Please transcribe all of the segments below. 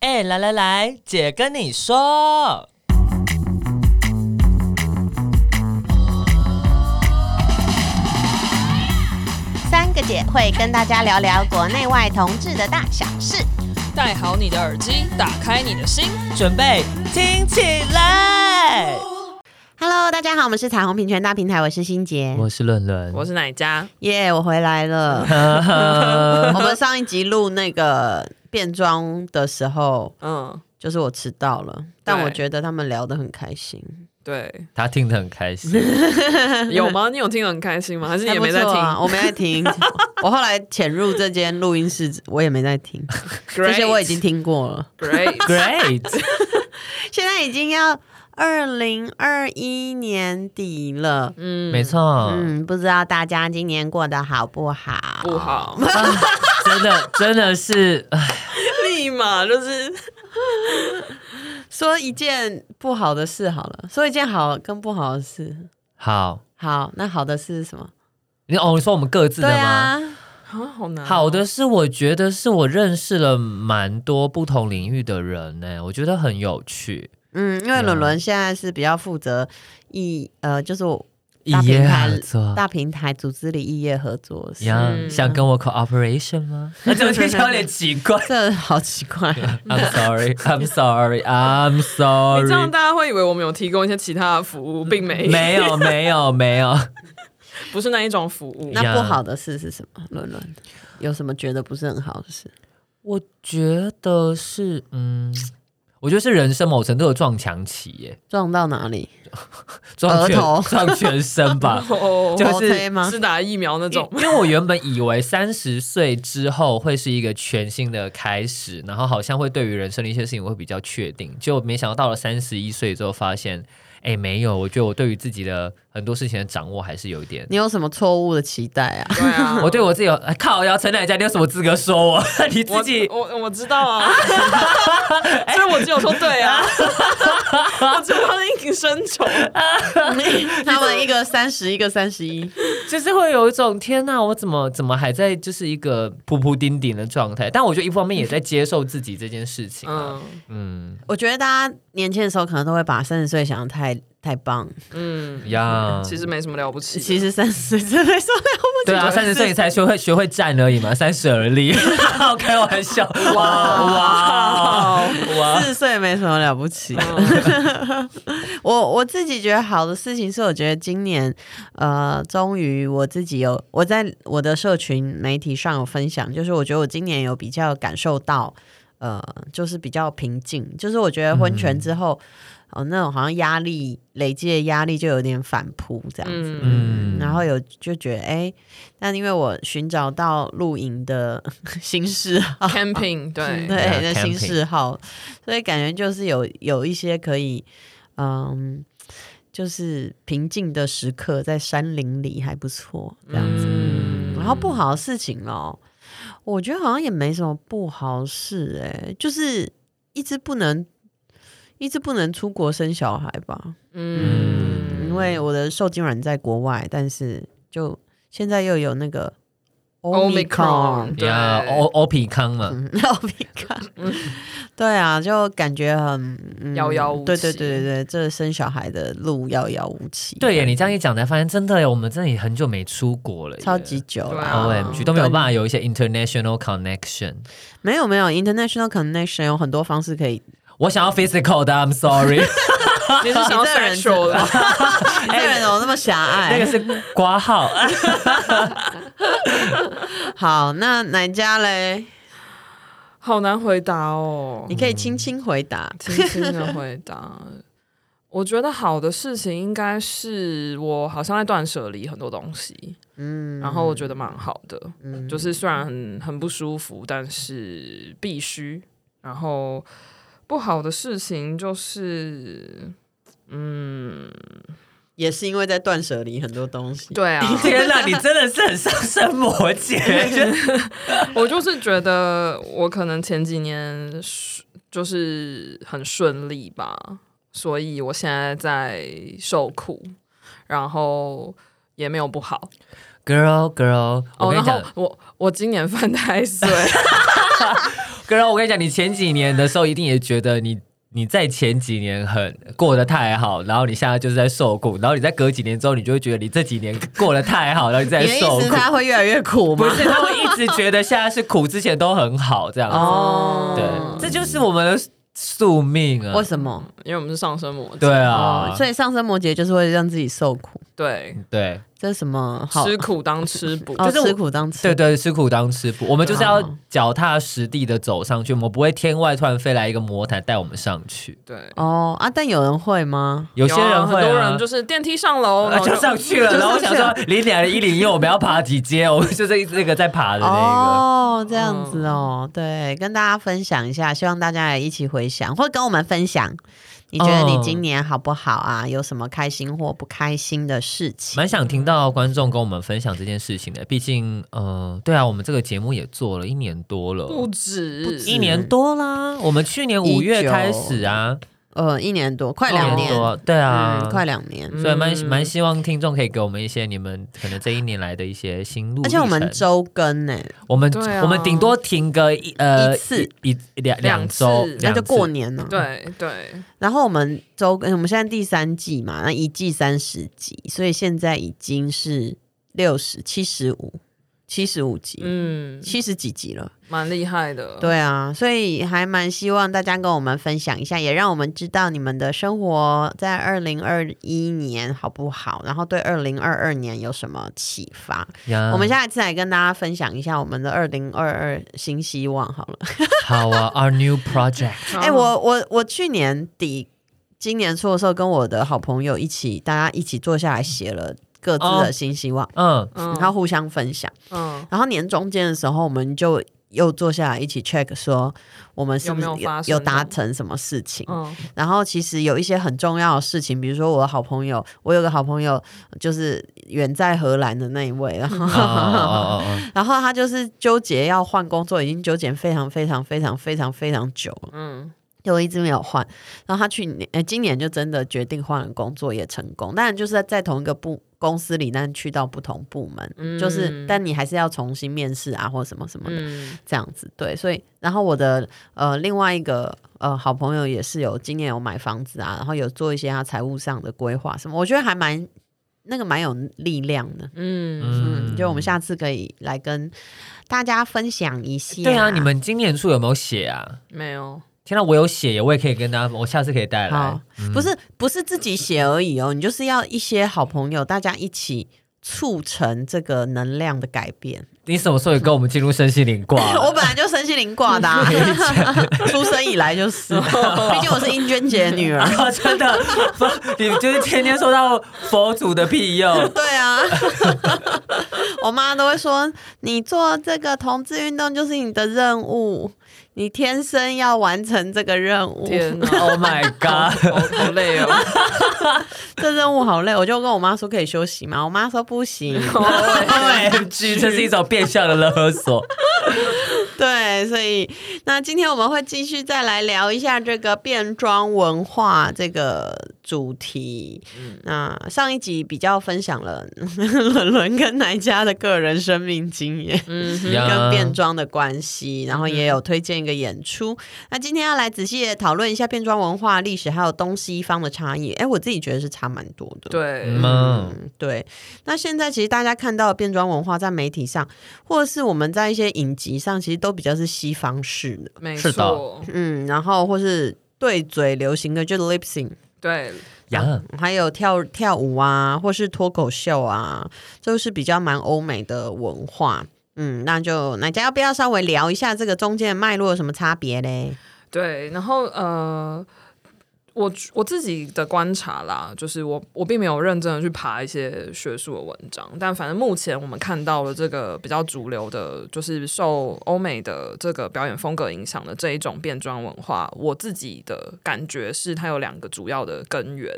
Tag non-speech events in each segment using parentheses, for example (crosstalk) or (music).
哎、来来来，姐跟你说，三个姐会跟大家聊聊国内外同志的大小事。戴好你的耳机，打开你的心。准备听起来。 Hello，大家好，我们是彩虹平权大平台，我是欣杰，我是伦伦，我是哪一家？耶我回来了。我们上一集录那个变装的时候，嗯，就是我迟到了，但对我觉得他们聊得很开心， (laughs) 对，他听得很开心，有吗？你有听得很开心吗？还是你也没在还不听？错啊我没在听。我后来潜入这间录音室，我也没在听，这些我已经听过了。 (laughs) great。 great，现在已经要二零二一年底了，嗯，没错，嗯，不知道大家今年过得好不好？不好，真的真的是，唉立马就是 (laughs) 说一件不好的事好了，说一件好跟不好的事。好，好，那好的事是什么？你哦，你说我们各自的对吗？啊，啊，好难。好，的是，我觉得是我认识了蛮多不同领域的人呢、我觉得很有趣，嗯，因为伦伦现在是比较负责一嗯呃，就是我一大平夜台合作大平台组织里异业合作的事呀，嗯想跟我 cooperation 吗？那怎么听起来有点奇怪这好奇怪。 (laughs) 啊？I'm sorry, I'm sorry, I'm 你这样 sorry。大家会以为我们有提供一些其他的服务，并没，没有，没有，没有。不是那一种服务。那不好的事是什么？伦伦有什么觉得不是很好的事？我觉得是，嗯，我觉得是人生某程度的撞墙期耶，撞到哪里？撞额全头 (laughs) 撞全身 (laughs) 吧。哦，就是 OK 吗是？打疫苗那种。因为我原本以为三十岁之后会是一个全新的开始，然后好像会对于人生的一些事情会比较确定，就没想到到了三十一岁之后发现，哎，没有，我觉得我对于自己的很多事情的掌握还是有一点。你有什么错误的期待啊？对啊， (laughs) 我对我自己有哎靠，要陈奶家，你有什么资格说我？ (laughs) 你自我己我我知道啊，所以我只有说对啊， (laughs) 我只有应声虫。 (laughs) 他们一个三十，一个三十一，就是会有一种天呐，我怎么怎么还在就是一个扑扑丁丁的状态？但我觉得一方面也在接受自己这件事情、啊。嗯嗯我觉得大家年轻的时候可能都会把三十岁想的太太棒，嗯，呀，其实没什么了不起的。其实三十岁真的说了不起。对啊，我三十岁你才学会学会站而已嘛，三十而立， (laughs) 开玩笑。哦哇哇，哇哇四！十岁没什么了不起。哦我我自己觉得好的事情是，我觉得今年呃，终于我自己有我在我的社群媒体上有分享，就是我觉得我今年有比较感受到。呃，就是比较平静，就是我觉得婚前之后，哦、那种好像压力累积的压力就有点反扑这样子，嗯嗯，然后有就觉得，哎、但因为我寻找到露营的 (laughs) 新嗜好， camping 啊嗯对，对， Yeah，那新 camping 嗜好，所以感觉就是有有一些可以，嗯，就是平静的时刻在山林里还不错这样子。嗯然后不好的事情哦，我觉得好像也没什么不好事哎、就是一直不能。一直不能出国生小孩吧，嗯，因为我的受精卵在国外，但是就现在又有那个 Omicron 对呀，欧欧皮康嘛，嗯，老皮卡，对啊，就感觉很、嗯遥遥无期对对对对对，这生小孩的路遥遥无期。对耶，你这样一讲才发现，真的耶，我们真的也很久没出国了耶，超级久对啦啊 O M G 都没有办法有一些 international connection。没有没有 international connection 有很多方式可 (laughs) 以，我想要 physical 的，I'm sorry，你是想要你这个人 sexual 的？你这个人怎哎么那么狭那隘个？是挂号。 (laughs) 好，那哪一家嘞？嗯好难回答哦，你可以轻轻回答。轻轻的回答。我觉得好的事情应该是我好像在断舍离很多东西，嗯，然后我觉得蛮好的，嗯就是虽然很很不舒服，但是必须。然后不好的事情就是，嗯，也是因为在断舍离很多东西。对 (laughs) 啊，天哪，你真的是很上升摩 (laughs) 羯。我就是觉得我可能前几年顺就是很顺利吧，所以我现在在受苦，然后也没有不好。 Girl, girl，我哦，跟然你后讲，我我今年犯太岁，哥，然后我跟你讲，你前几年的时候一定也觉得你。你在前几年很过得太好，然后你现在就是在受苦，然后你在隔几年之后，你就会觉得你这几年过得太好，然后你在你的意受思苦是。他会越来越苦吗不？是，他会一直觉得现在是苦，之前都很好这样子。哦， (laughs) 对，这就是我们的宿命啊为。什么？因为我们是上升魔，对啊，哦，所以上升摩羯就是会让自己受苦，对，对这是什么好？吃苦当吃补，哦，就是我吃苦当吃对对，吃苦当吃苦，我们就是要哦脚踏实地的走上去，我们不会天外突然飞来一个魔毯带我们上去。对。哦啊！但有人会吗？有些人会、啊，很多人就是电梯上楼，啊然后就上去了， (laughs) 就然后我想上去说了零点一零一我们要爬几阶，我们就是那个在嗯爬的那个。哦，这样子哦，对，跟大家分享一下，希望大家也一起回想，或跟我们分享，你觉得哦你今年好不好啊？有什么开心或不开心的事情？蛮想听到观众跟我们分享这件事情的，毕竟，呃，对啊，我们这个节目也做了一年多了，不止不止一年多啦。我们去年五月19开始啊，呃，一年多，快一两年年，多，对啊，嗯，快两年。所以蛮嗯蛮希望听众可以给我们一些你们可能这一年来的一些心路历程，而且我们周更呢，我们对啊我们顶多停个一呃一次一一两两两周次，两那就过次年了。，对对，然后我们周更，我们现在第三季嘛，那一季三十集，所以现在已经是六十七十五七十五集，嗯，七十几集了。蛮厉害的。对啊，所以还蛮希望大家跟我们分享一下，也让我们知道你们的生活在二零二一年好不好，然后对二零二二年有什么启发。呀我们下一次来跟大家分享一下我们的二零二二新希望好了。好啊，Our (laughs) new project，然后，哎、我我我去年底、今年初的时候，跟我的好朋友一起，大家一起坐下来写了各自哦的新希望， (laughs) 嗯，嗯然后互相分享。嗯，然后年中间的时候，我们就又坐下来一起 check 说我们是不是有没有发生有达成什么事情。嗯然后其实有一些很重要的事情，比如说我的好朋友，我有个好朋友就是远在荷兰的那一位，然后、嗯哦哦哦哦， (laughs) 然后他就是纠结要换工作，已经纠结非常非常非常非常非常久了，嗯就一直没有换。然后他去年呃今年就真的决定换了工作，也成功，当然就是在同一个部公司里，但去到不同部门。嗯，就是，但你还是要重新面试啊，或什么什么的，嗯这样子。对，所以，然后我的呃另外一个呃好朋友也是有今年有买房子啊，然后有做一些他财务上的规划什么，我觉得还蛮那个蛮有力量的。嗯嗯，就我们下次可以来跟大家分享一下。对啊，你们今年初有没有写啊？没有，天呐，我有写，我也可以跟大家，我下次可以带来嗯好。，不是不是自己写而已哦，你就是要一些好朋友，大家一起促成这个能量的改变。你什么时候也跟我们进入身心灵挂？ (laughs) 我本来就身心灵挂的、 (laughs) 啊， (laughs) 出生以来就是，毕竟我是英娟姐的女 (laughs) 儿。啊，真的，不你就是天天受到佛祖的庇 (laughs) 佑。对啊，我妈都会说，你做这个同志运动就是你的任务，你天生要完成这个任务。天 (laughs) 哪， Oh my god！好好累哦，这任务好累，我就跟我妈说可以休息嘛，我妈说不 (laughs) 行。 OMG，这 (laughs) 是一种变相的勒索。对，所以那今天我们会继续再来聊一下这个变装文化这个主题。那上一集比较分享了 (laughs) 伦伦跟奶家的个人生命经验。嗯哼，呀嗯跟变装的关系，然后也有推荐一个演出。那今天要来仔细的讨论一下变装文化历史，还有东西方的差异。哎，我自己觉得是差蛮多的。 (laughs) 对，嗯，嗯，对。那现在其实大家看到的变装文化在媒体上，或者是我们在一些影集上，其实都比较是西方式的。没是的错，嗯，然后或是对嘴流行的，就是 lip sync，对，呀，还有跳跳舞啊，或是脱口秀啊，都是比较蛮欧美的文化。嗯，那就奶家要不要稍微聊一下这个中间的脉络有什么差别嘞？对，然后呃，我我自己的观察啦，就是我我并没有认真的去爬一些学术的文章，但反正目前我们看到了这个比较主流的，就是受欧美的这个表演风格影响的这一种变装文化，我自己的感觉是它有两个主要的根源，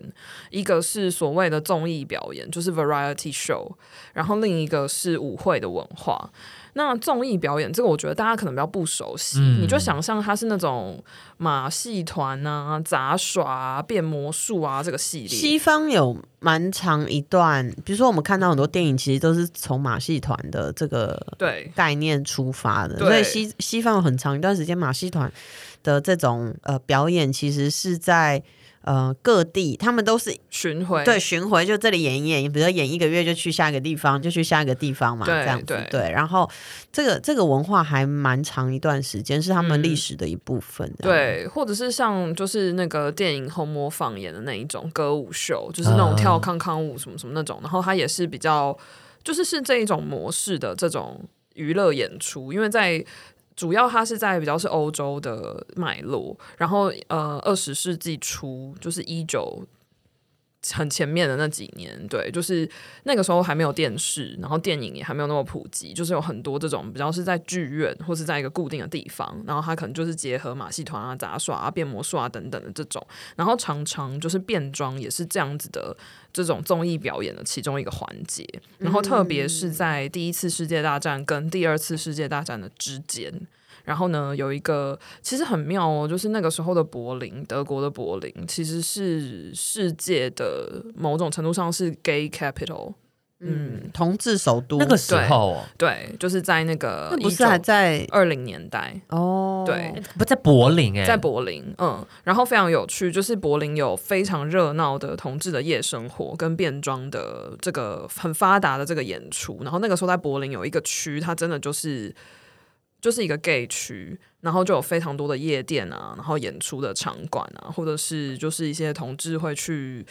一个是所谓的综艺表演，就是 variety show，然后另一个是舞会的文化。那综艺表演这个，我觉得大家可能比较不熟悉，嗯你就想象它是那种马戏团啊、杂耍啊、变魔术啊这个系列。西方有蛮长一段，比如说我们看到很多电影，其实都是从马戏团的这个对，概念出发的，对所以西西方有很长一段时间，马戏团的这种呃表演其实是在呃各地，他们都是巡回对，巡回，就这里演一演，比如说演一个月就去下一个地方，就去下一个地方嘛，对这样子对对。然后这个这个文化还蛮长一段时间，是他们嗯历史的一部分。这样，对，或者是像就是那个电影《红魔坊》演的那一种歌舞秀，就是那嗯种跳啊康康舞什么什么那种，然后它也是比较就是是这一种模式的这种娱乐演出，因为在。主要它是在比较是欧洲的脉络，然后呃，二十世纪初就是一九很前面的那几年，对，就是那个时候还没有电视，然后电影也还没有那么普及，就是有很多这种比较是在剧院或是在一个固定的地方，然后它可能就是结合马戏团啊、杂耍啊、变魔术啊等等的这种，然后常常就是变装也是这样子的这种综艺表演的其中一个环节，然后特别是在第一次世界大战跟第二次世界大战的之间。然后呢，有一个其实很妙哦，就是那个时候的柏林，德国的柏林，其实是世界的某种程度上是 gay capital。嗯，嗯，同治首都那个时候哦对，就是在那个那不是还在二零年代，哦？对，不在柏林哎，在柏林，嗯，然后非常有趣，就是柏林有非常热闹的同志的夜生活跟变装的这个很发达的这个演出，然后那个时候在柏林有一个区，它真的就是就是一个 gay 区，然后就有非常多的夜店啊，然后演出的场馆啊，或者是就是一些同志会去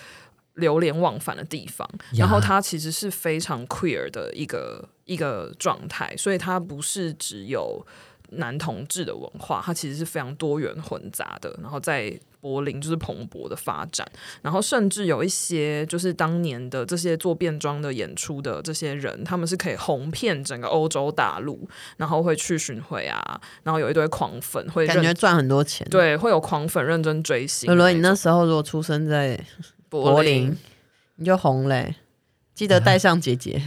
流连忘返的地方。呀然后它其实是非常 queer 的一个一个状态，所以它不是只有男同志的文化，它其实是非常多元混杂的。然后在柏林就是蓬勃的发展，然后甚至有一些就是当年的这些做变装的演出的这些人，他们是可以红遍整个欧洲大陆，然后会去巡回啊，然后有一堆狂粉会感认觉赚很多钱。，对会有狂粉认真追星伦种。伦，你那时候如果出生在柏林，你就红嘞。记得带上姐姐，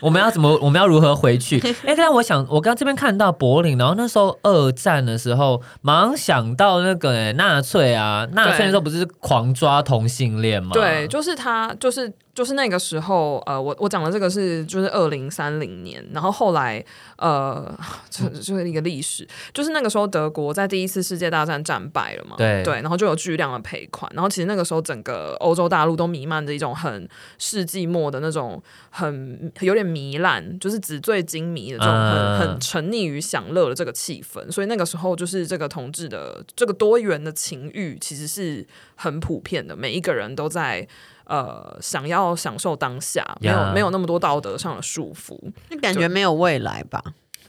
我们要怎么？我们要如何回去？哎、但我想，我刚这边看到柏林，然后那时候二战的时候，马上想到那个诶纳粹啊，纳粹那时候不是狂抓同性恋吗？啊对，就是他，就是就是那个时候，呃，我我讲的这个是就是二零三零年，然后后来呃，就就是一个历史，就是那个时候德国在第一次世界大战战败了嘛，对然后就有巨量的赔款，然后其实那个时候整个欧洲大陆都弥漫着一种很世纪末的那种很有点糜烂，就是纸醉金迷的这种很嗯很沉溺于享乐的这个气氛，所以那个时候就是这个同志的这个多元的情欲其实是很普遍的，每一个人都在。呃，想要享受当下，没有 Yeah 没有那么多道德上的束缚，就感觉没有未来吧？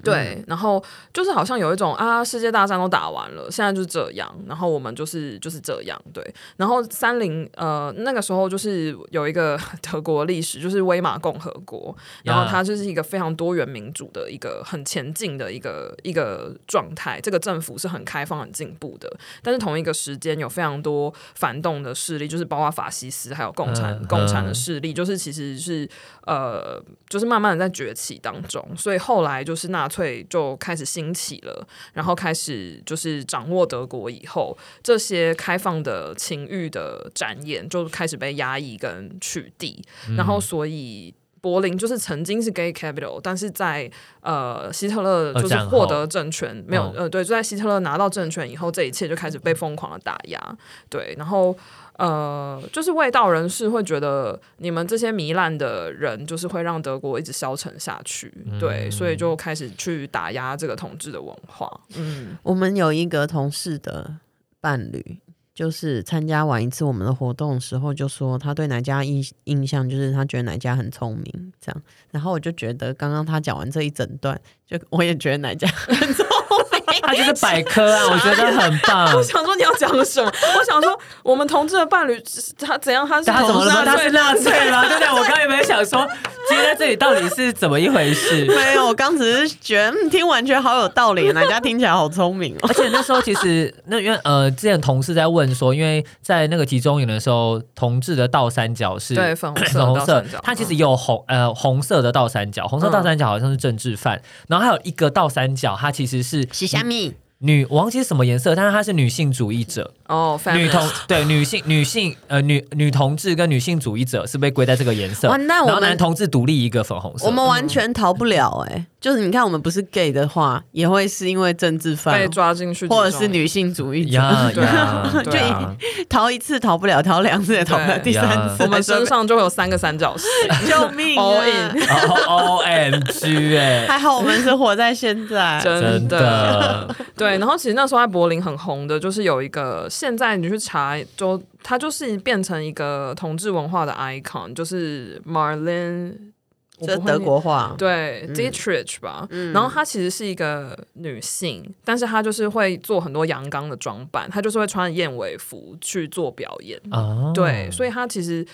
对，然后就是好像有一种啊，世界大战都打完了，现在就是这样，然后我们就是就是这样，对。然后三零呃那个时候就是有一个 (laughs) 德国历史，就是威玛共和国，然后它就是一个非常多元民主的一个很前进的一个一个状态，这个政府是很开放、很进步的，但是同一个时间有非常多反动的势力，就是包括法西斯还有共产、嗯共产的嗯势力，就是其实是呃，就是慢慢的在崛起当中，所以后来就是纳粹就开始兴起了，然后开始就是掌握德国以后，这些开放的情欲的展演就开始被压抑跟取缔，嗯然后所以。柏林就是曾经是 gay capital，但是在呃希特勒就是哦二战后获得政权，没有、嗯呃对，就在希特勒拿到政权以后，这一切就开始被疯狂的打压，对，然后呃，就是卫道人士会觉得你们这些糜烂的人，就是会让德国一直消沉下去，嗯对，所以就开始去打压这个统治的文化。嗯， (laughs) 我们有一个同事的伴侣，就是参加完一次我们的活动的时候，就说他对哪家印印象就是他觉得哪家很聪明，这样。然后我就觉得刚刚他讲完这一整段，就我也觉得哪家很聪明。他就是百科啊，我觉得很棒我。 (laughs) 想说你要讲什么？我想说我们同志的伴侣他怎样？他是但他怎么了吗？同他是志啊纳粹吗？对不对？我刚刚有没有想说，今天在这里到底是怎么一回事？ (laughs) 没有，我刚只是觉得、嗯、听完觉得好有道理，哪家听起来好聪明哦。而且那时候其实那因为呃，之前同事在问说，因为在那个集中营的时候，同志的倒三角是 (clears throat) 对粉红色粉的红倒色三角，，它其实嗯有红呃红色的倒三角，红色嗯倒三角好像是政治犯，然后还有一个倒三角，它其实是洗虾米，女，我忘记是什么颜色，但是它是女性主义者，哦，女 feminist 同对女性女性呃女女同志跟女性主义者是被归在这个颜色，哇那我们然后男同志独立一个粉红色，我们完全逃不了哎、就是你看，我们不是 gay 的话，也会是因为政治犯被，抓进去，或者是，女性主义者，呀对啊呀，对啊逃一次逃不了，逃两次也逃不了，对第三次我们 (laughs) 身上就会有三个三角形。 (laughs) 救命、 all 啊！ in， O M G 哎， (laughs) 还好我们是活在现 (laughs) 在，真的，对，然后其实那时候在柏林很红的，就是有一个，现在你去查，就它就是变成一个同志文化的 icon，就是 Marlene，我这不会德念国嗯话。对 Dietrich 吧，然后她其实是一个女性，但是她就是会做很多阳刚的装扮，她就是会穿燕尾服去做表演，哦，对，所以她其实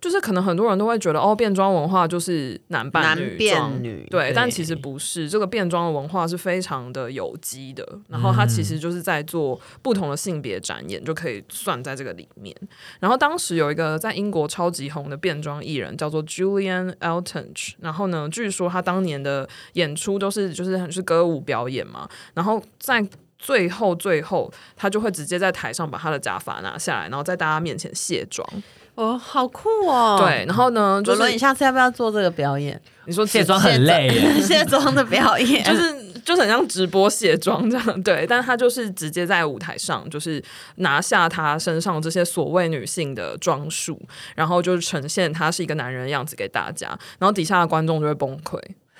就是可能很多人都会觉得哦，变装文化就是男扮男女装变女，对，但其实不是，这个变装的文化是非常的有机的，然后它其嗯实就是在做不同的性别展演，就可以算在这个里面。然后当时有一个在英国超级红的变装艺人叫做 Julian Eltonch，然后呢，据说他当年的演出都是就是很是歌舞表演嘛，然后在。最后，最后，他就会直接在台上把他的假发拿下来，然后在大家面前卸妆。哦，好酷哦！，对，然后呢，就伦伦，是你下次要不要做这个表演？你说卸直妆很累耶， (laughs) 卸妆的表 (laughs) 演，就是 (laughs) 就是很像直播卸妆这样，对，但她就是直接在舞台上，就是拿下她身上这些所谓女性的装束，然后就是呈现她是一个男人的样子给大家，然后底下的观众就会崩溃，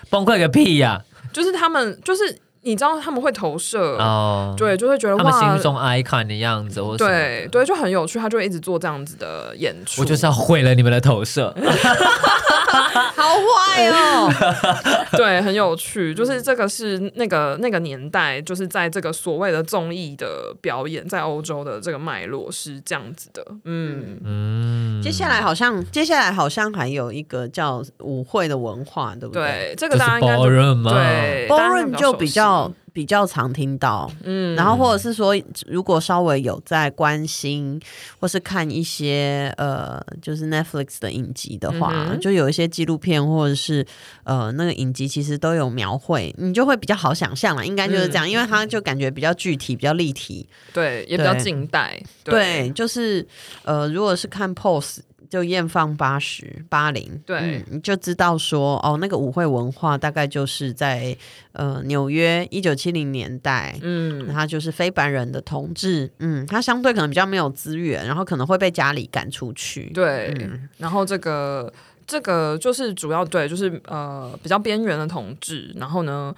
崩溃个屁呀！就是他们就是你知道他们会投射，哦，对，就会觉得他们哇心，中 icon 的样子，或什么对对，就很有趣，他就会一直做这样子的演出，我就是要毁了你们的投射，好坏 (laughs) 哦！对，很有趣，就是这个是那个那个年代，就是在这个所谓的综艺的表演，在欧洲的这个脉络是这样子的，嗯，嗯，接下来好像，接下来好像还有一个叫舞会的文化，对不？对，这就是个大家应该就 ballroom 啊嘛，对 Ballroom 就比比较比较常听到，嗯，然后或者是说，如果稍微有在关心或是看一些呃，就是 Netflix 的影集的话，嗯哼就有一些纪录片或者是呃那个影集，其实都有描绘，你就会比较好想象了，应该就是这嗯样，因为它就感觉比较具体、比较立体。对，也比较对近代，对，就是呃，如果是看 Pose。就艳放八十八零，对嗯你就知道说哦，那个舞会文化大概就是在呃纽约一九七零年代，嗯，他就是非凡人的同志，嗯，他相对可能比较没有资源，然后可能会被家里赶出去。嗯对，然后这个这个就是主要对，就是呃比较边缘的同志，然后呢。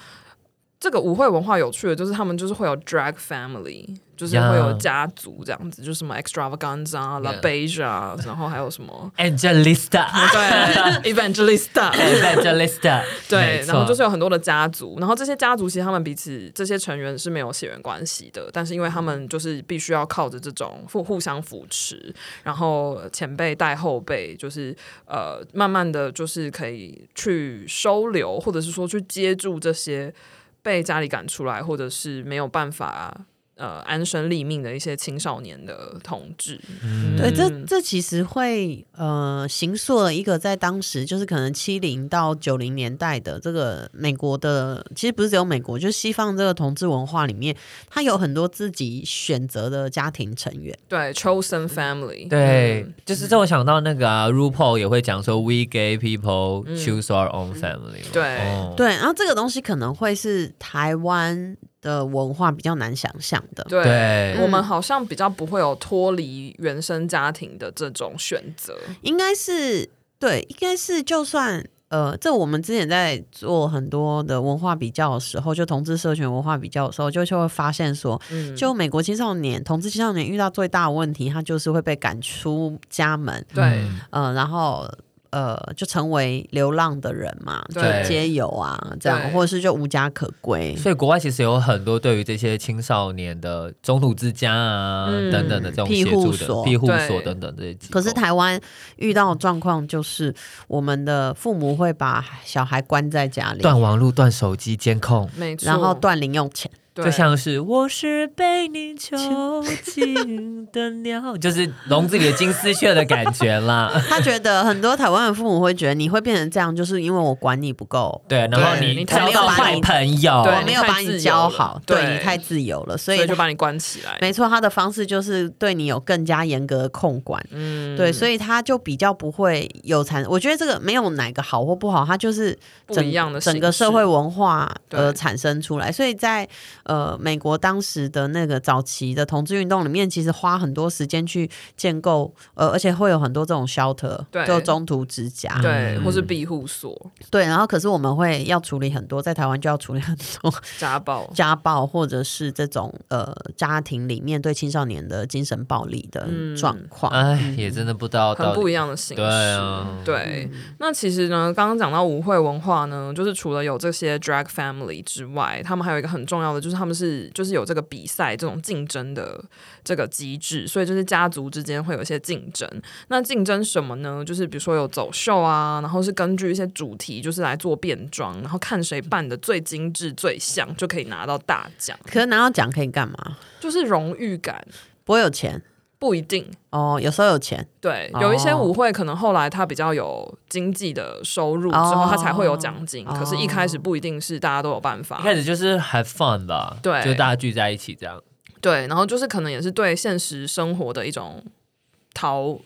这个舞会文化有趣的就是，他们就是会有 drag family，就是会有 Yeah 家族这样子，就什么 extravaganza 啊、la Yeah beija，啊然后还有 (laughs) 什么 Angelista，Angelista，对 evangelista，对 (laughs) 没，错然后就是有很多的家族，然后这些家族其实他们彼此这些成员是没有血缘关系的，但是因为他们就是必须要靠着这种互互相扶持，然后前辈带后辈，就是呃慢慢的就是可以去收留，或者是说去接住这些被家里赶出来，或者是没有办法。呃，安身立命的一些青少年的同志，嗯对，哎这嗯这其实会呃，形塑了一个在当时就是可能七零到九零年代的这个美国的，其实不是只有美国，就是西方这个同志文化里面，它有很多自己选择的家庭成员。对 chosen family，对嗯，就是这我想到那个啊，RuPaul 也会讲说，We gay people choose our own family 嘛。嗯对哦，对，然后这个东西可能会是台湾的文化比较难想象的。对，对嗯嗯我们好像比较不会有脱离原生家庭的这种选择。应该是对，应该是就算呃，这我们之前在做很多的文化比较的时候，就同志社群文化比较的时候，就就会发现说，嗯，就美国青少年、同志青少年遇到最大的问题，他就是会被赶出家门，对嗯呃，然后。呃，就成为流浪的人嘛，就对街友啊，这样，对或者是就无家可归。所以国外其实有很多对于这些青少年的中途之家啊、嗯等等的这种庇协护助的所庇护对所等等这些机构。可是台湾遇到的状况就是，我们的父母会把小孩关在家里，断网路、断手机监控，没错，然后断零用钱。对就像是我是被你囚禁的鸟，就是笼子里的金丝雀的感觉 (laughs) 啦。他觉得很多台湾的父母会觉得你会变成这样，就是因为我管你不够，对，然后对你你交太到没有把坏你朋友，对我没有你太把自由你教了好，对对你太自由了，所所以以就他把你关起来。没错，他的方式就是对你有更加严格的控管。嗯，对，所以他就比较不会有产，我觉得这个没有哪个好或不好，它就是不整一样的整个形社会式文化对而产生出来。所以在呃美国当时的那个早期的同志运动里面，其实花很多时间去建构，呃，而且会有很多这种 shelter，对就中途之家，对，嗯或是庇护所、对。然后可是我们会要处理很多，在台湾就要处理很多 (laughs) 家暴，家暴或者是这种呃家庭里面对青少年的精神暴力的嗯状况。哎，也真的不知道很到不底。一样的形式。对啊对那其实呢，刚刚讲到舞会文化呢，就是除了有这些 drag family 之外，他们还有一个很重要的，就是他们是就是有这个比赛这种竞争的这个机制，所以就是家族之间会有一些竞争。那竞争什么呢？就是比如说有走秀啊，然后是根据一些主题，就是来做变装，然后看谁扮的最精致、最像，就可以拿到大奖，可是拿到奖可以干嘛？就是荣誉感不会有钱。不一定。哦，有时候有钱，对，哦有一些舞会可能后来他比较有经济的收入之后，哦他才会有奖金。哦可是，一开始不一定是大家都有办法一。开始就是 have fun 吧，对就大家聚在一起这样。对，然后就是可能也是对现实生活的一种逃，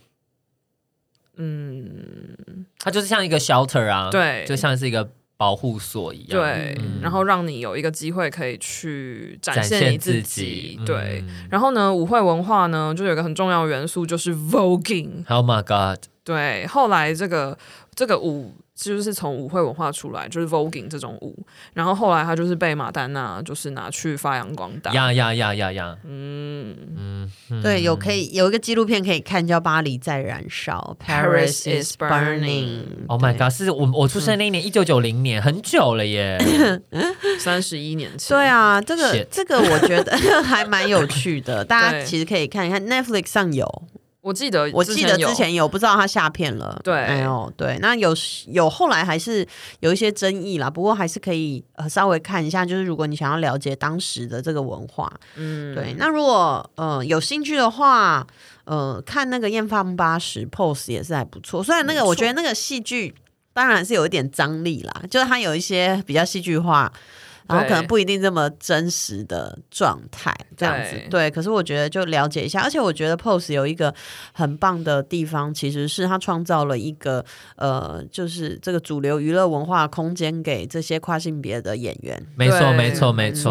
嗯，它就是像一个 shelter 啊，，对，就像是一个保护所一样，对，嗯然后让你有一个机会可以去展展现你现自己己。，对，嗯然后呢，舞会文化呢，就有一个很重要的元素就是 voguing。 Oh my God！对，后来这个这个舞就是从舞会文化出来，就是 voguing 这种舞，然后后来它就是被马丹娜就是拿去发扬光大。呀呀呀呀呀！嗯对，有可以有一个纪录片可以看，叫《巴黎在燃烧》 Paris is is burning burning。 Oh my 对 God！是我我出嗯生那一年，一九九零年，很久了 (laughs) 耶。三十一年前，对，啊，这个 Shit 这个我觉得 (laughs) 还蛮有趣的，大家对其实可以看一看 Netflix 上有，我记得我记得有之前有，不知道它下片了。对哎呦，对，那有有后来还是有一些争议啦，不过还是可以呃稍微看一下，就是如果你想要了解当时的这个文化，嗯对，那如果呃有兴趣的话，呃，看那个《艳放八十》pose 也是还不错。虽然那没个错我觉得那个戏剧当然是有一点张力啦，就是它有一些比较戏剧化，然后可能对不一定这么真实的状态这样子。对对，可是我觉得就了解一下，而且我觉得 pose 有一个很棒的地方，其实是它创造了一个呃，就是这个主流娱乐文化空间给这些跨性别的演员。没错，对没错，没没错。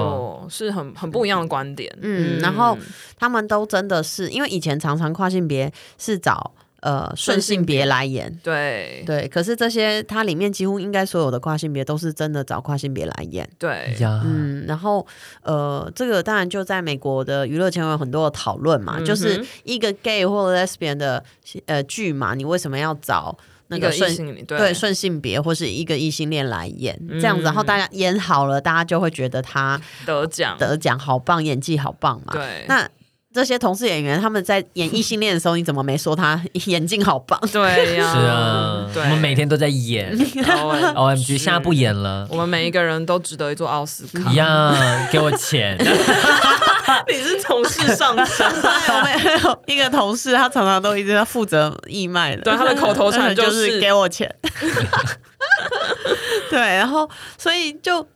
错，是很很不一样的观点。嗯然后他们都真的是，因为以前常常跨性别是找呃顺性别来演，对对，可是这些它里面几乎应该所有的跨性别都是真的找跨性别来演。对呀，嗯，然后呃，这个当然就在美国的娱乐圈有很多的讨论嘛，就是嗯一个 gay 或者 lesbian 的呃剧嘛，你为什么要找那一个个顺异性恋，对顺性别或是一个异性恋来演这样子，嗯然后大家演好了，大家就会觉得他得奖，得奖好棒，演技好棒嘛。对，那这些同事演员他们在演异性恋的时候，你怎么没说他 (laughs) 眼睛好棒？对呀，是啊，对，我们每天都在 (laughs) 演。O M G，是现在不演了我们每一个人都值得一座奥斯卡。呀，给我 (laughs) 钱。你是从事上 (laughs) 升，我们有一个同事，他常常都一直在负责义卖的，对他的口头禅就 (laughs) 就是是给我 (laughs) 钱。对，然后所以就。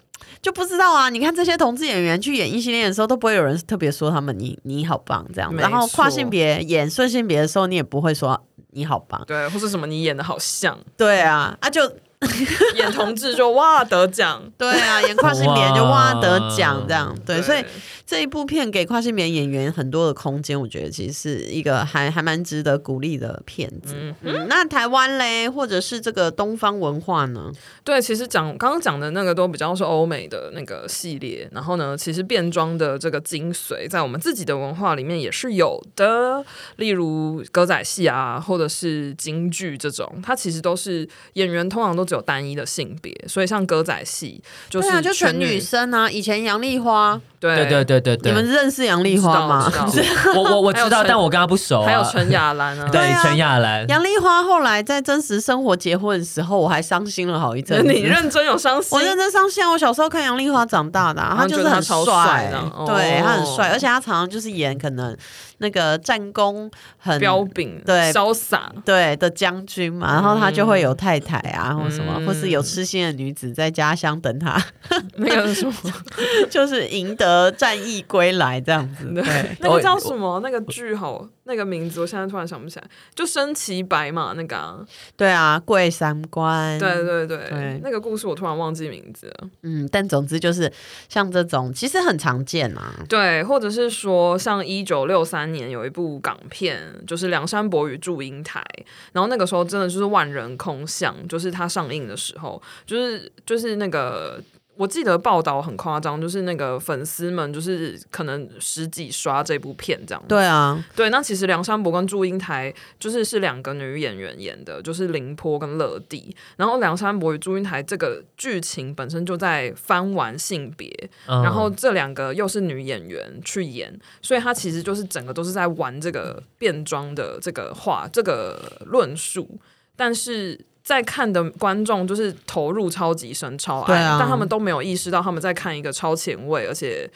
就不知道啊！你看这些同志演员去演异性恋的时候，都不会有人特别说他们你你好棒这样子。没然后跨错性别演顺性别的时候，你也不会说你好棒。 (laughs) 对，或是什么你演的好像，对啊，啊就演同志就哇得奖， (laughs) 对啊，演跨性别就哇得奖这样。对，所以这一部片给跨性别演员很多的空间，我觉得其实是一个还还蛮值得鼓励的片子。嗯嗯，那台湾嘞，或者是这个东方文化呢？对，其实讲刚刚讲的那个都比较是欧美的那个系列，然后呢，其实变装的这个精髓在我们自己的文化里面也是有的，例如歌仔戏啊，或者是京剧这种，它其实都是演员通常都只有单一的性别，所以像歌仔戏就是对啊，就全全女生啊。以前杨丽花，对对对对对对，你们认识杨丽知花道吗？知道我我我还有知道，陈但我跟他不熟、啊。还有陈雅 (laughs) 兰啊，对啊对陈亚兰，杨丽花后来在真实生活结婚的时候，我还伤心了好一阵子。你认真有伤心我，认真伤心啊，我小时候看杨丽花长大的、啊，然后就是哦觉得很他超帅的哦对他很帅，而且他常常就是演可能那个战功很彪炳，对潇洒，对的将军嘛，然后他就会有太太啊，或什么，嗯或是有痴心的女子在家乡等他， (laughs) 那个什么，就是赢得战役归来这样子。对，那个叫什么？那个剧好，那个名字我现在突然想不起来，就身骑白马那个、啊，对啊，桂三关。对对对，嗯对那个故事我突然忘记名字了。嗯，但总之就是像这种，其实很常见啊。对，或者是说，像一九六三年有一部港片，就是《梁山伯与祝英台》，然后那个时候真的就是万人空巷，就是它上映的时候，就是就是那个。我记得报道很夸张，就是那个粉丝们就是可能十几刷这部片这样子对啊，对，那其实梁山伯跟祝英台就是是两个女演员演的，就是凌波跟乐蒂。然后梁山伯与祝英台这个剧情本身就在翻玩性别，嗯然后这两个又是女演员去演，所以她其实就是整个都是在玩这个变装的这个话这个论述，但是。在看的观众就是投入超级深、超对爱，啊但他们都没有意识到他们在看一个超前卫，而且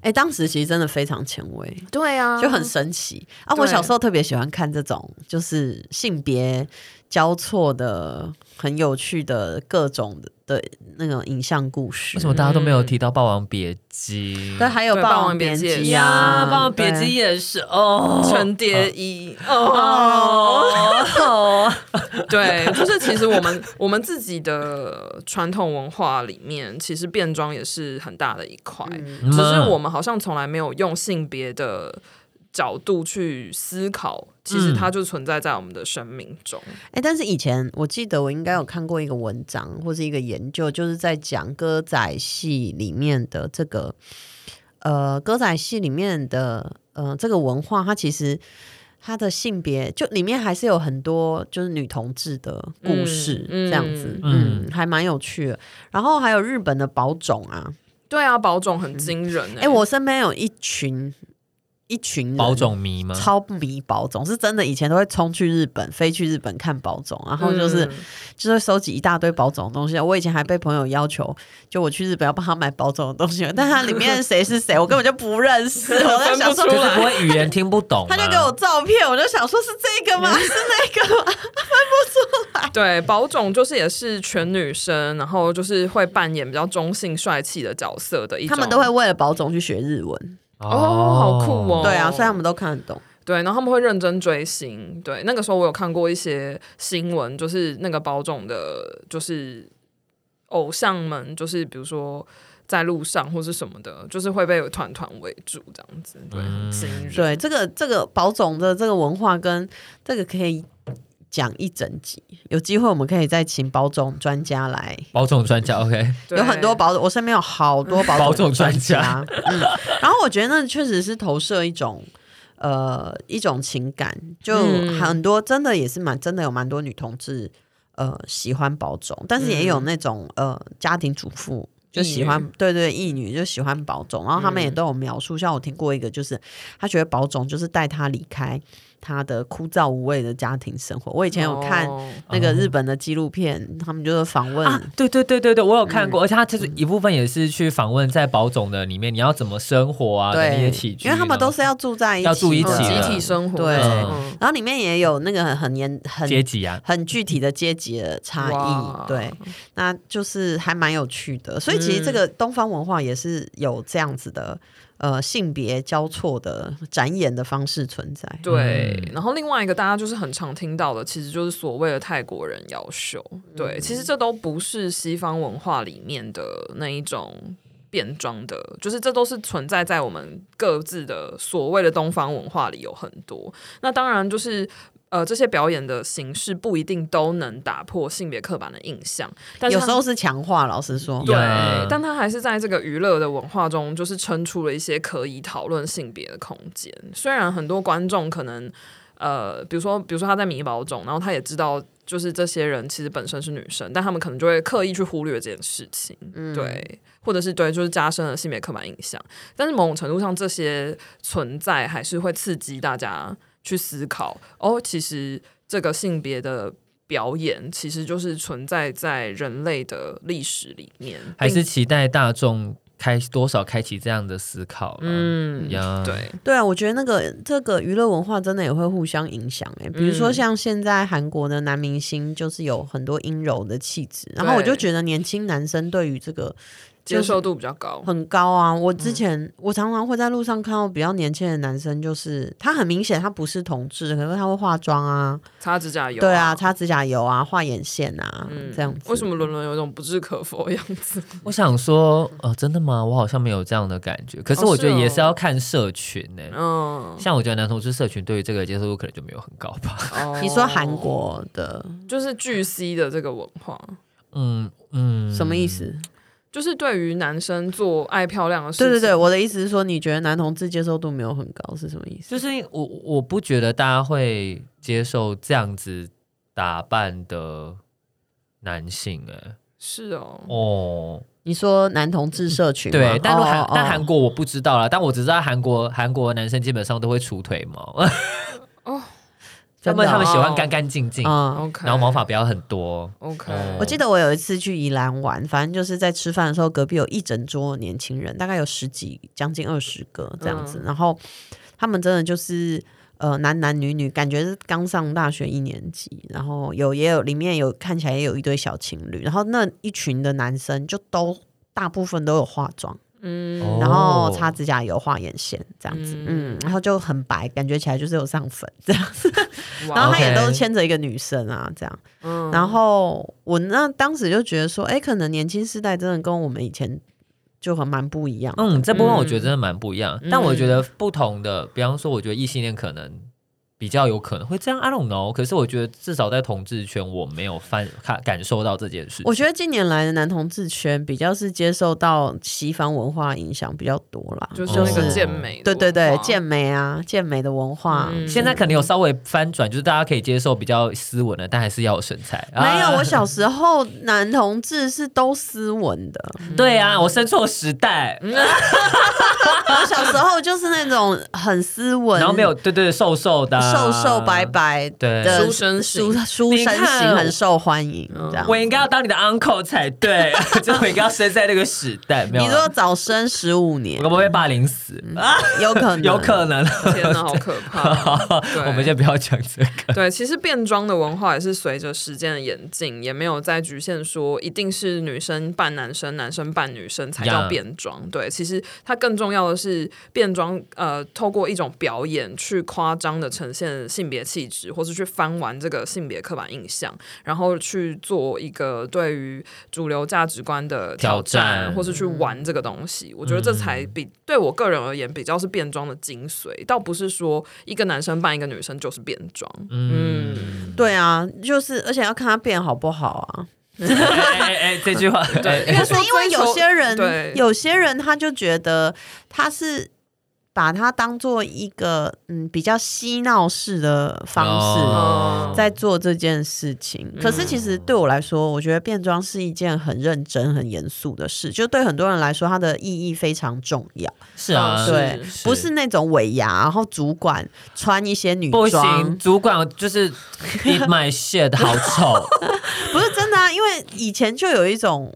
哎、当时其实真的非常前卫。对啊就很神奇啊！我对小时候特别喜欢看这种，就是性别交错的、很有趣的各种的的那种影像故事。为什么大家都没有提到《霸王别姬》但还有《嗯对霸霸王王别别姬也姬》啊，是呀，《霸王别姬》对也是哦，陈蝶衣哦哦， (laughs) 对，就是其实我们我们自己的传统文化里面，其实变装也是很大的一块，嗯只是我们好像从来没有用性别的。角度去思考，其实嗯它就存在在我们的生命中。哎、但是以前我记得我应该有看过一个文章或是一个研究，就是在讲歌仔戏里面的这个呃歌仔戏里面的呃这个文化，它其实它的性别就里面还是有很多就是女同志的故事、嗯嗯这样子，嗯嗯，还蛮有趣的。然后还有日本的宝冢啊，对啊，宝冢很惊人、欸。哎、我身边有一群一群人宝冢迷嗯吗？超迷宝冢，是真的，以前都会冲去日本，飞去日本看宝冢，然后就是、嗯就是会收集一大堆宝冢的东西。我以前还被朋友要求，就我去日本要帮他买宝冢的东西，但他里面谁是谁，我根本就不认识。我在 (laughs) 想说分就不出是来不会语言听不懂啊嘛，他就给我照片，我就想说是这个嗯吗？是那 (laughs) 个吗？啊对，宝冢就是也是全女生，然后就是会扮演比较中性帅气的角色的一他种。们都会为了宝冢去学日文，哦好酷哦对啊，所以他们都看得懂。对，然后他们会认真追星。对，那个时候我有看过一些新闻，就是那个保种的，就是偶像们，就是比如说在路上或是什么的，就是会被团团围住这样子，对，很惊人。对，这个这个宝冢的这个文化跟这个可以。讲一整集，有机会我们可以再请宝冢专家来宝冢专家，OK，对有很多保，我身边有好多保保种专家。嗯，然后我觉得那确实是投射一种。呃，一种情感，就嗯很多真的也是蛮真的有蛮多女同志，呃，喜欢保种，但是也有那种、呃家庭主妇就喜义欢，对对，义女就喜欢保种，然后他们也嗯都有描述，像我听过一个，就是她觉得保种就是带她离开她的枯燥无味的家庭生活。我以以前有看哦那个日本的纪录片，他们就是访问、啊，对对对对对，我有看嗯过，而且他就是一部分也是去访问在宝冢的里面，你要怎么生活啊，对，那些起居，因为他们都是要住在一起，要住一嗯集起的体生活，对嗯然后里面也有那个很很严很阶级啊，很具体的阶级的差哇异，对，那就是还蛮有趣的。所以其实嗯这个东方文化也是有这样子的，呃，性别交错的展演的方式存在。对，嗯然后另外一个大家就是很常听到的，其实就是所谓的泰国人妖秀。对，其实这都不是西方文化里面的那一种变装的，就是这都是存在在我们各自的所谓的东方文化里有很多。那当然就是。呃，这些表演的形式不一定都能打破性别刻板的印象，但是有它时候是强化，老实说，对呀，但他还是在这个娱乐的文化中，就是撑出了一些可以讨论性别的空间。虽然很多观众可能，呃，比如说，比如说他在迷宝中，然后他也知道，就是这些人其实本身是女生，但他们可能就会刻意去忽略这件事情，对，或者是对，就是加深了性别刻板印象。但是某种程度上，这些存在还是会刺激大家去思考，哦，其实这个性别的。表演其实就是存在在人类的历史里面，还并是期待大众开多少开启这样的思考。嗯，嗯呀对，对啊，我觉得那个这个娱乐文化真的也会互相影响诶、比如说嗯像现在韩国的男明星，就是有很多阴柔的气质，然后我对就觉得年轻男生对于这个接受度比较高。很高啊。我之前、嗯我常常会在路上看到比较年轻的男生，就是他很明显他不是同志，可是他会化妆啊，擦指甲油、对啊，，擦指甲油啊，画眼线啊，嗯这样子。为什么伦伦有一种不置可否的样子？我想说，呃，真的吗？我好像没有这样的感觉。可是哦我觉得是哦也是要看社群呢、嗯，像我觉得男同志社群对于这个接受度可能就没有很高吧。哦 (laughs) 你说韩国的、就是巨 C 的这个文化，嗯嗯，什么意？思？就是对于男生做爱漂亮的事对情，对对，我的意思是说，你觉得男同志接受度没有很高是什么意思？就是我我不觉得大家会接受这样子打扮的男性哎、是哦，哦，你说男同志社群吗对，但如韩、哦哦但韩国我不知道啦，但我只知道韩国韩国男生基本上都会除腿毛， (laughs) 他们真的哦他们喜欢干干净净，嗯。 ，OK，哦然后毛发不要很多。 OK，哦我记得我有一次去宜兰玩，反正就是在吃饭的时候，隔壁有一整桌年轻人，大概有十几，将近二十个这样子。嗯然后他们真的就是呃男男女女，感觉是刚上大学一年级，然后有也有里面有看起来也有一对小情侣，然后那一群的男生就都大部分都有化妆，嗯哦然后擦指甲油、画眼线这样子，嗯然后就很白，感觉起来就是有上粉这样子。哇然后他也 OK 都是牵着一个女生啊，这样。嗯然后我那当时就觉得说，哎，可能年轻世代真的跟我们以前就很蛮不一样。嗯，这部分我觉得嗯真的蛮不一样，嗯但我觉得不同的，比方说，我觉得异性恋可能比较有可能会这样，I don't know。可是我觉得至少在同志圈，我没有翻看感受到这件事情。我觉得近年来的男同志圈比较是接受到西方文化影响比较多啦，就是那个是健美对的文化，哦对对，健美啊，健美的文化。嗯现在可能有稍微翻转，就是大家可以接受比较斯文的，但还是要有身材。没有，啊我小时候男同志是都斯文 (laughs) 的，对啊，我生错时代，嗯我小时候就是那种很斯文，然后没有对对对瘦瘦的啊，瘦瘦白白对的书生型书书你生看型我很受欢迎，这样。我应该要当你的 uncle 才对， (laughs) 就是我应该要生在那个时代，没有你嗯啊。如果早生十五我年会，不会被霸凌死？啊， (laughs) 有可能，有可能。 (laughs) 天哪，好可怕！对 (laughs) 我们先不要讲这个。对，其实变装的文化也是随着时间的演进，也没有再局限说一定是女生扮男生、男生扮女生才叫 Yeah 变装。对，其实它更重要的是变装，呃，透过一种表演去夸张的呈现性别气质，或是去翻完这个性别刻板印象，然后去做一个对于主流价值观的挑挑战，战或是去玩这个东西。我觉得这才比对我个人而言比较是变装的精髓，倒不是说一个男生扮一个女生就是变装。嗯，对啊，就是而且要看他变好不好啊。哎哎哎，这句话，对哎应该是因为有些对人，有些人他就觉得他是把它当做一个嗯比较嬉闹式的方式。哦在做这件事情，可是其实对我来说，我觉得变装是一件很认真、很严肃的事，就对很多人来说，它的意义非常重要。是啊，是对，是不是那种尾牙，然后主管穿一些女不装行，，主管就是 eat my shit，好丑。不是真的啊，因为以前就有一种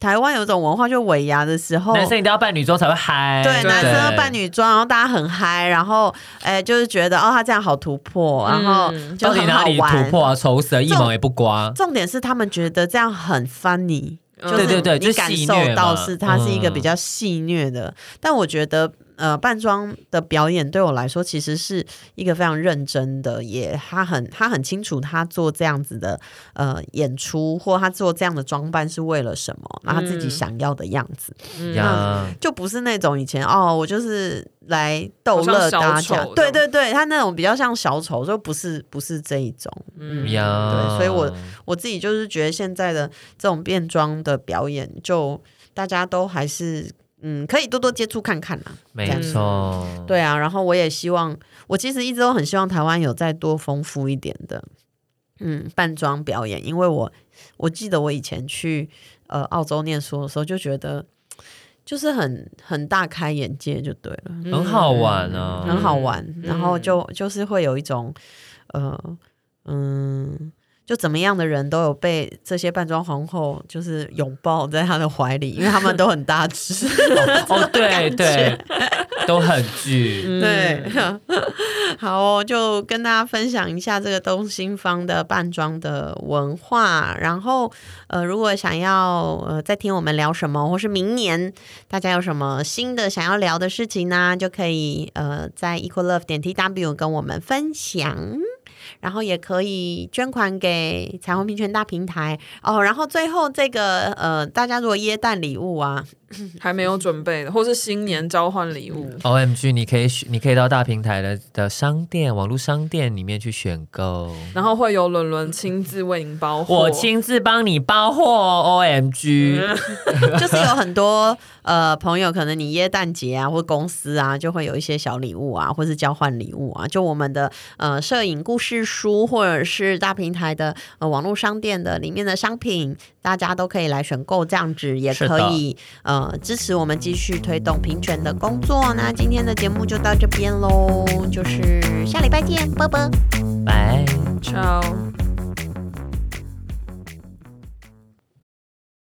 台湾有一种文化，就尾牙的时候。男生一定要扮女装才会嗨，哦对，对男生要扮女装，然后大家很嗨，然后，哎、就是觉得哦，他这样好突破，然后嗯就到底很哪好里玩。突破啊？丑死了，一重毛也不刮。重点是他们觉得这样很 funny，、嗯就对是对对你就感戏受谑嘛到是它是一个嗯比较戏谑的，但我觉得，嗯、呃扮装的表演对我来说，其实是一个非常认真的，也他很他很清楚他做这样子的呃演出，或他做这样的装扮是为了什么，然后他自己嗯想要的样子，嗯呀，就不是那种以前哦，我就是来逗乐好大像小家丑，对对对，他那种比较像小丑，就不是不是这一种。嗯呀，对所以我自己就是觉得现在的这种变装的表演，就大家都还是嗯，可以多多接触看看啦。没错，，对啊，然后我也希望，我其实一直都很希望台湾有再多丰富一点的嗯扮装表演，因为我我记得我以前去呃澳洲念书的时候就觉得。就是很很大开眼界就对了，很好玩啊，嗯很好玩，然后嗯就就是会有一种，呃，嗯，就怎么样的人都有被这些扮装皇后就是拥抱在她的怀里，因为他们都很大只， (laughs) 哦，对对，都很嗯嗯巨，对， (laughs) 好哦，就跟大家分享一下这个东新方的扮装的文化。然后，呃，如果想要呃再听我们聊什么，或是明年大家有什么新的想要聊的事情呢，就可以呃在 equal love 点 tw 跟我们分享。然后也可以捐款给彩虹平权大平台哦。然后最后这个呃，大家如果耶诞礼物啊，还没有准备的，或是新年交换礼物， O M G，你可以选你可以到大平台的的商店、网络商店里面去选购。然后会有伦伦亲自为您包货。我亲自帮你包货，O 哦 M G，(laughs) 嗯就是有很多呃朋友，可能你耶诞节啊，或公司啊，就会有一些小礼物啊，或是交换礼物啊。就我们的呃摄影故事书，或者是大平台的呃网络商店的里面的商品，大家都可以来选购，这样子也是可的以呃支持我们继续推动平权的工作。那今天的节目就到这边喽，就是下礼拜见，拜拜。拜。 Ciao